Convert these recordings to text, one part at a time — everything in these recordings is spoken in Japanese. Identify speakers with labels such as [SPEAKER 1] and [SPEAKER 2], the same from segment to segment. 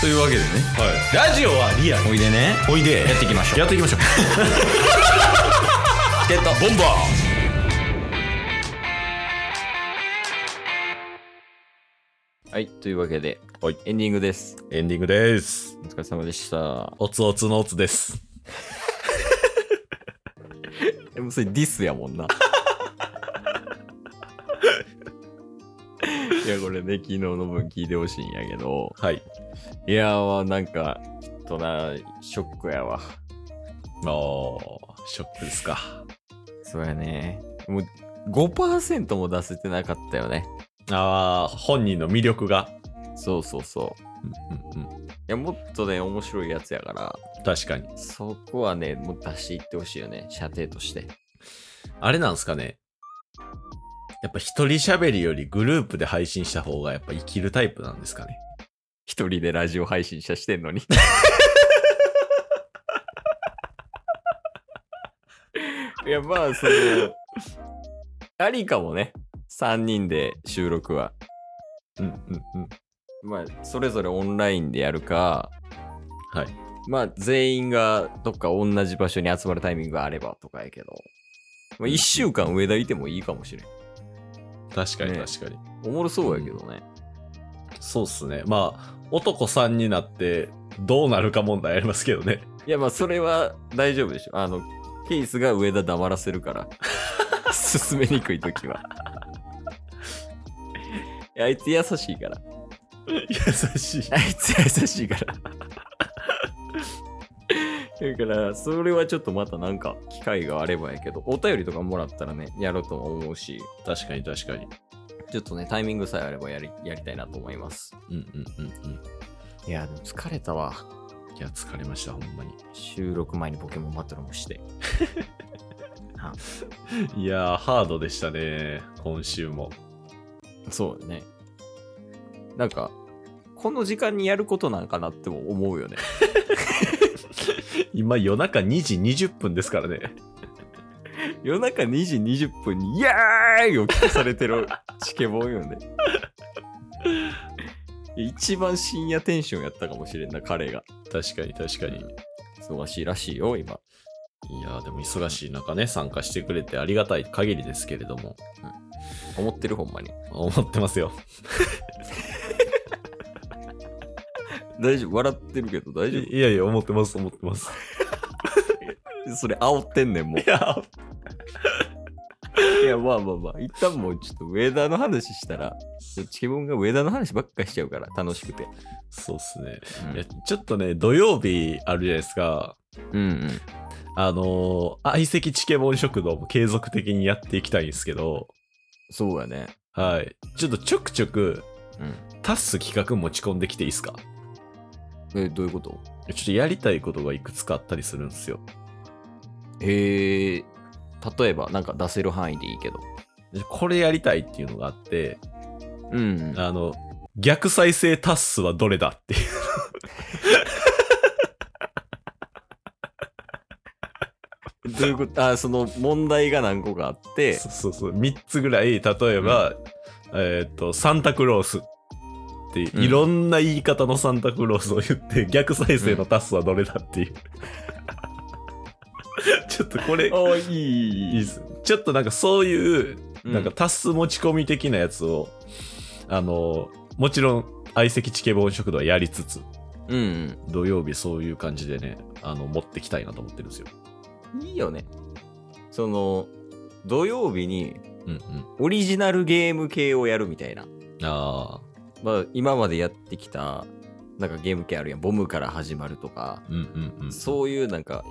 [SPEAKER 1] というわけでね
[SPEAKER 2] ラジオはリアル
[SPEAKER 1] おいでね
[SPEAKER 2] おいで
[SPEAKER 1] やっていきましょう
[SPEAKER 2] やっていきましょう
[SPEAKER 1] チケットボンバーはいというわけで、
[SPEAKER 2] はい
[SPEAKER 1] エンディングです
[SPEAKER 2] エンディングです
[SPEAKER 1] お疲れ様でした
[SPEAKER 2] おつおつのおつです
[SPEAKER 1] でもそれディスやもんな いやこれね昨日の分聞いてほしいんやけど
[SPEAKER 2] はい
[SPEAKER 1] いやーなんかちょっとなショックや
[SPEAKER 2] あ
[SPEAKER 1] わ
[SPEAKER 2] ーショックですか
[SPEAKER 1] そうやねもう5%も出せてなかったよね
[SPEAKER 2] あー本人の魅力が、
[SPEAKER 1] そうそうそう
[SPEAKER 2] うんうんうん、
[SPEAKER 1] いやもっとね面白いやつやから
[SPEAKER 2] 確かに
[SPEAKER 1] そこはね、もう出していってほしいよね、射程として。
[SPEAKER 2] あれなんですかねやっぱ一人喋りよりグループで配信した方がやっぱ生きるタイプなんですかね
[SPEAKER 1] 一人でラジオ配信者してんのに。 いや、まあ、その、ありかもね、3人で収録は。
[SPEAKER 2] うんうんうん
[SPEAKER 1] まあ、それぞれオンラインでやるか、
[SPEAKER 2] はい
[SPEAKER 1] まあ、全員がどっか同じ場所に集まるタイミングがあればとかやけど、まあ、1週間上田いてもいいかもしれん。
[SPEAKER 2] 確かに
[SPEAKER 1] ね
[SPEAKER 2] 確かに、
[SPEAKER 1] おもろそうやけどね。
[SPEAKER 2] そうっすねまあ男さんになってどうなるか問題ありますけどね
[SPEAKER 1] いやまあそれは大丈夫でしょあのケイスが上田黙らせるから 進めにくい時はいやあいつ優しいから
[SPEAKER 2] 優しい
[SPEAKER 1] あいつ優しいからだからそれはちょっとまたなんか機会があればやけどお便りとかもらったらねやろうとも思うし
[SPEAKER 2] 確かに確かに
[SPEAKER 1] ちょっとねタイミングさえあればやりやりたいなと思います
[SPEAKER 2] うんうんうんうん
[SPEAKER 1] いやでも疲れたわ
[SPEAKER 2] いや疲れましたほんまに
[SPEAKER 1] 収録前にポケモンバトルもして
[SPEAKER 2] いやーハードでしたね今週も
[SPEAKER 1] そうだね。なんか、この時間にやることなんかなっても思うよ ね。
[SPEAKER 2] 今夜中2時20分ですからね
[SPEAKER 1] 夜中2時20分に、イエーイを聞かされてるチケボンよ ね。一番深夜テンションやったかもしれんな、彼が。
[SPEAKER 2] 確かに確かに
[SPEAKER 1] 忙しいらしいよ、今。
[SPEAKER 2] いやーでも忙しい中ね参加してくれてありがたい限りですけれども
[SPEAKER 1] 思ってる、ほんまに。
[SPEAKER 2] 思ってますよ
[SPEAKER 1] 大丈夫、笑ってるけど大丈
[SPEAKER 2] いやいや思ってます思ってます
[SPEAKER 1] 夫。それ、煽ってんねん、もう。
[SPEAKER 2] いや
[SPEAKER 1] いや、まあまあまあ、一旦もうちょっとウェーダーの話したら、チケボンがウェーダーの話ばっかりしちゃうから、楽しくて。
[SPEAKER 2] そうっすね
[SPEAKER 1] うん
[SPEAKER 2] いやちょっとね土曜日あるじゃないですか
[SPEAKER 1] うんうん。
[SPEAKER 2] あのー相席チケボン食堂も継続的にやっていきたいんですけど
[SPEAKER 1] そうやね。
[SPEAKER 2] はいちょっとちょくちょく
[SPEAKER 1] うん。
[SPEAKER 2] タス企画持ち込んできていいですか
[SPEAKER 1] え、どういうこと
[SPEAKER 2] ちょっとやりたいことがいくつかあったりするんですよ。
[SPEAKER 1] へえ。例えば、なんか出せる範囲でいいけど。
[SPEAKER 2] でこれやりたいっていうのがあって、
[SPEAKER 1] うん
[SPEAKER 2] あの、逆再生タッスはどれだっていう。
[SPEAKER 1] どういうことあ、その問題が何個かあって、
[SPEAKER 2] そうそうそう。3つぐらい、例えば、えーっと、サンタクロースって、
[SPEAKER 1] うん
[SPEAKER 2] いろんな言い方のサンタクロースを言って、逆再生のタッスはどれだっていう。 ちょっとこれ、
[SPEAKER 1] あ、いい、い
[SPEAKER 2] いいっす。ちょっとなんかそういう、
[SPEAKER 1] うん
[SPEAKER 2] なんかタス持ち込み的なやつを、あの、もちろん、相席チケボン食堂はやりつつ、
[SPEAKER 1] うん、
[SPEAKER 2] 土曜日そういう感じでね、あの、持ってきたいなと思ってるんですよ。
[SPEAKER 1] うん。いいよね。その、土曜日に
[SPEAKER 2] うんうん。
[SPEAKER 1] オリジナルゲーム系をやるみたいな。
[SPEAKER 2] ああ、
[SPEAKER 1] まあ、今までやってきた、なんかゲーム系あるやん。ボムから始まるとか、
[SPEAKER 2] うんうんうん。
[SPEAKER 1] そういうなんか、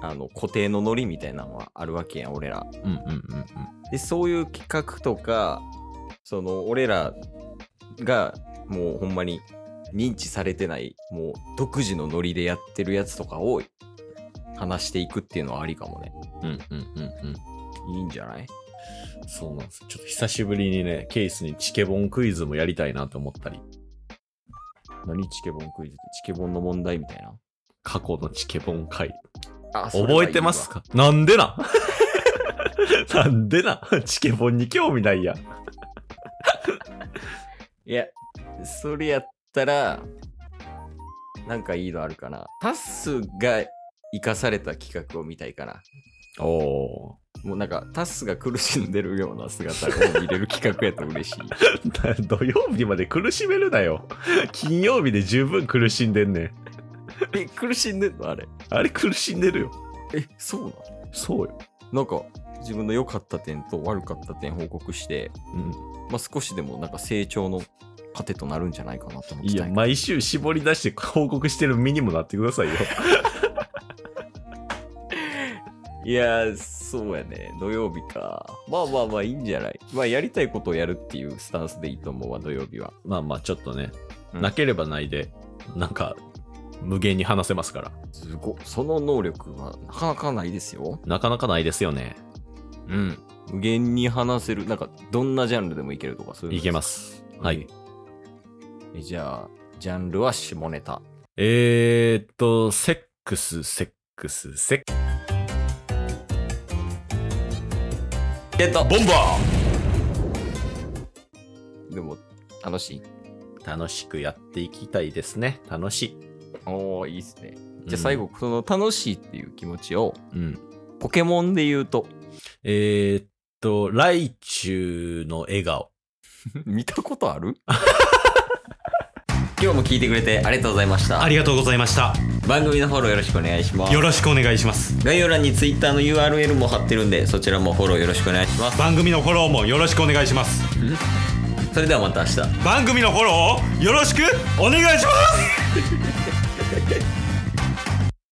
[SPEAKER 1] あの、固定のノリみたいなのはあるわけやん、俺ら。
[SPEAKER 2] うんうんうん
[SPEAKER 1] でそういう企画とかその俺らがもうほんまに認知されてないもう独自のノリでやってるやつとかを話していくっていうのはありかもね
[SPEAKER 2] うん。うんうんうんうん。
[SPEAKER 1] いいんじゃない
[SPEAKER 2] そうなんです。ちょっと久しぶりにね、ケースにチケボンクイズもやりたいなと思ったり、
[SPEAKER 1] 何チケボンクイズってチケボンの問題みたいな
[SPEAKER 2] 過去のチケボン回
[SPEAKER 1] あ
[SPEAKER 2] 覚えてますかなんでな なんでなチケボンに興味ないやん。
[SPEAKER 1] いやそれやったらなんかいいのあるかな。タッスが生かされた企画を見たいかな。
[SPEAKER 2] おお
[SPEAKER 1] もうなんかタッスが苦しんでるような姿を見れる企画やと嬉しい。
[SPEAKER 2] ー 土曜日まで苦しめるなよ金曜日で十分苦しんでんねん
[SPEAKER 1] え、苦しんでんのあれ。
[SPEAKER 2] あれ苦しんでるよ
[SPEAKER 1] え、そうなの
[SPEAKER 2] そうよ
[SPEAKER 1] なんか自分の良かった点と悪かった点報告して、
[SPEAKER 2] うん
[SPEAKER 1] まあ、少しでもなんか成長の糧となるんじゃないかなと思って
[SPEAKER 2] いや、毎週絞り出して報告してる身にもなってくださいよ。
[SPEAKER 1] いや、そうやね。土曜日か。まあまあまあいいんじゃない。まあやりたいことをやるっていうスタンスでいいと思うわ、土曜日は。
[SPEAKER 2] まあまあ、ちょっとね、
[SPEAKER 1] うん
[SPEAKER 2] なければないで、なんか、無限に話せますから。
[SPEAKER 1] すごその能力はなかなかないですよ。
[SPEAKER 2] なかなかないですよね。
[SPEAKER 1] うん。無限に話せる、なんかどんなジャンルでもいけるとかそういうの
[SPEAKER 2] いけます。はい。。
[SPEAKER 1] えじゃあ、ジャンルは下ネタ。
[SPEAKER 2] えーっと、セックス、セックス、セック
[SPEAKER 1] ゲット
[SPEAKER 2] ボンバ
[SPEAKER 1] でも、楽しい。
[SPEAKER 2] ー楽しくやっていきたいですね。楽しい。
[SPEAKER 1] おー、いいっすね。
[SPEAKER 2] う
[SPEAKER 1] じゃあ
[SPEAKER 2] ん
[SPEAKER 1] 最後、、その楽しいっていう気持ちを、
[SPEAKER 2] うん。
[SPEAKER 1] ポケモンで言うと、
[SPEAKER 2] えーっと、ライチュウの笑顔。
[SPEAKER 1] 見たことある 今日も聞いてくれてありがとうございました。
[SPEAKER 3] ありがとうございました。
[SPEAKER 1] 番組のフォローよろしくお願いします
[SPEAKER 3] よろしくお願いします。
[SPEAKER 1] 概要欄に Twitter の URL も貼ってるんでそちらもフォローよろしくお願いします
[SPEAKER 3] 番組のフォローもよろしくお願いします。
[SPEAKER 1] それではまた明日
[SPEAKER 3] 番組のフォローをよろしくお願いします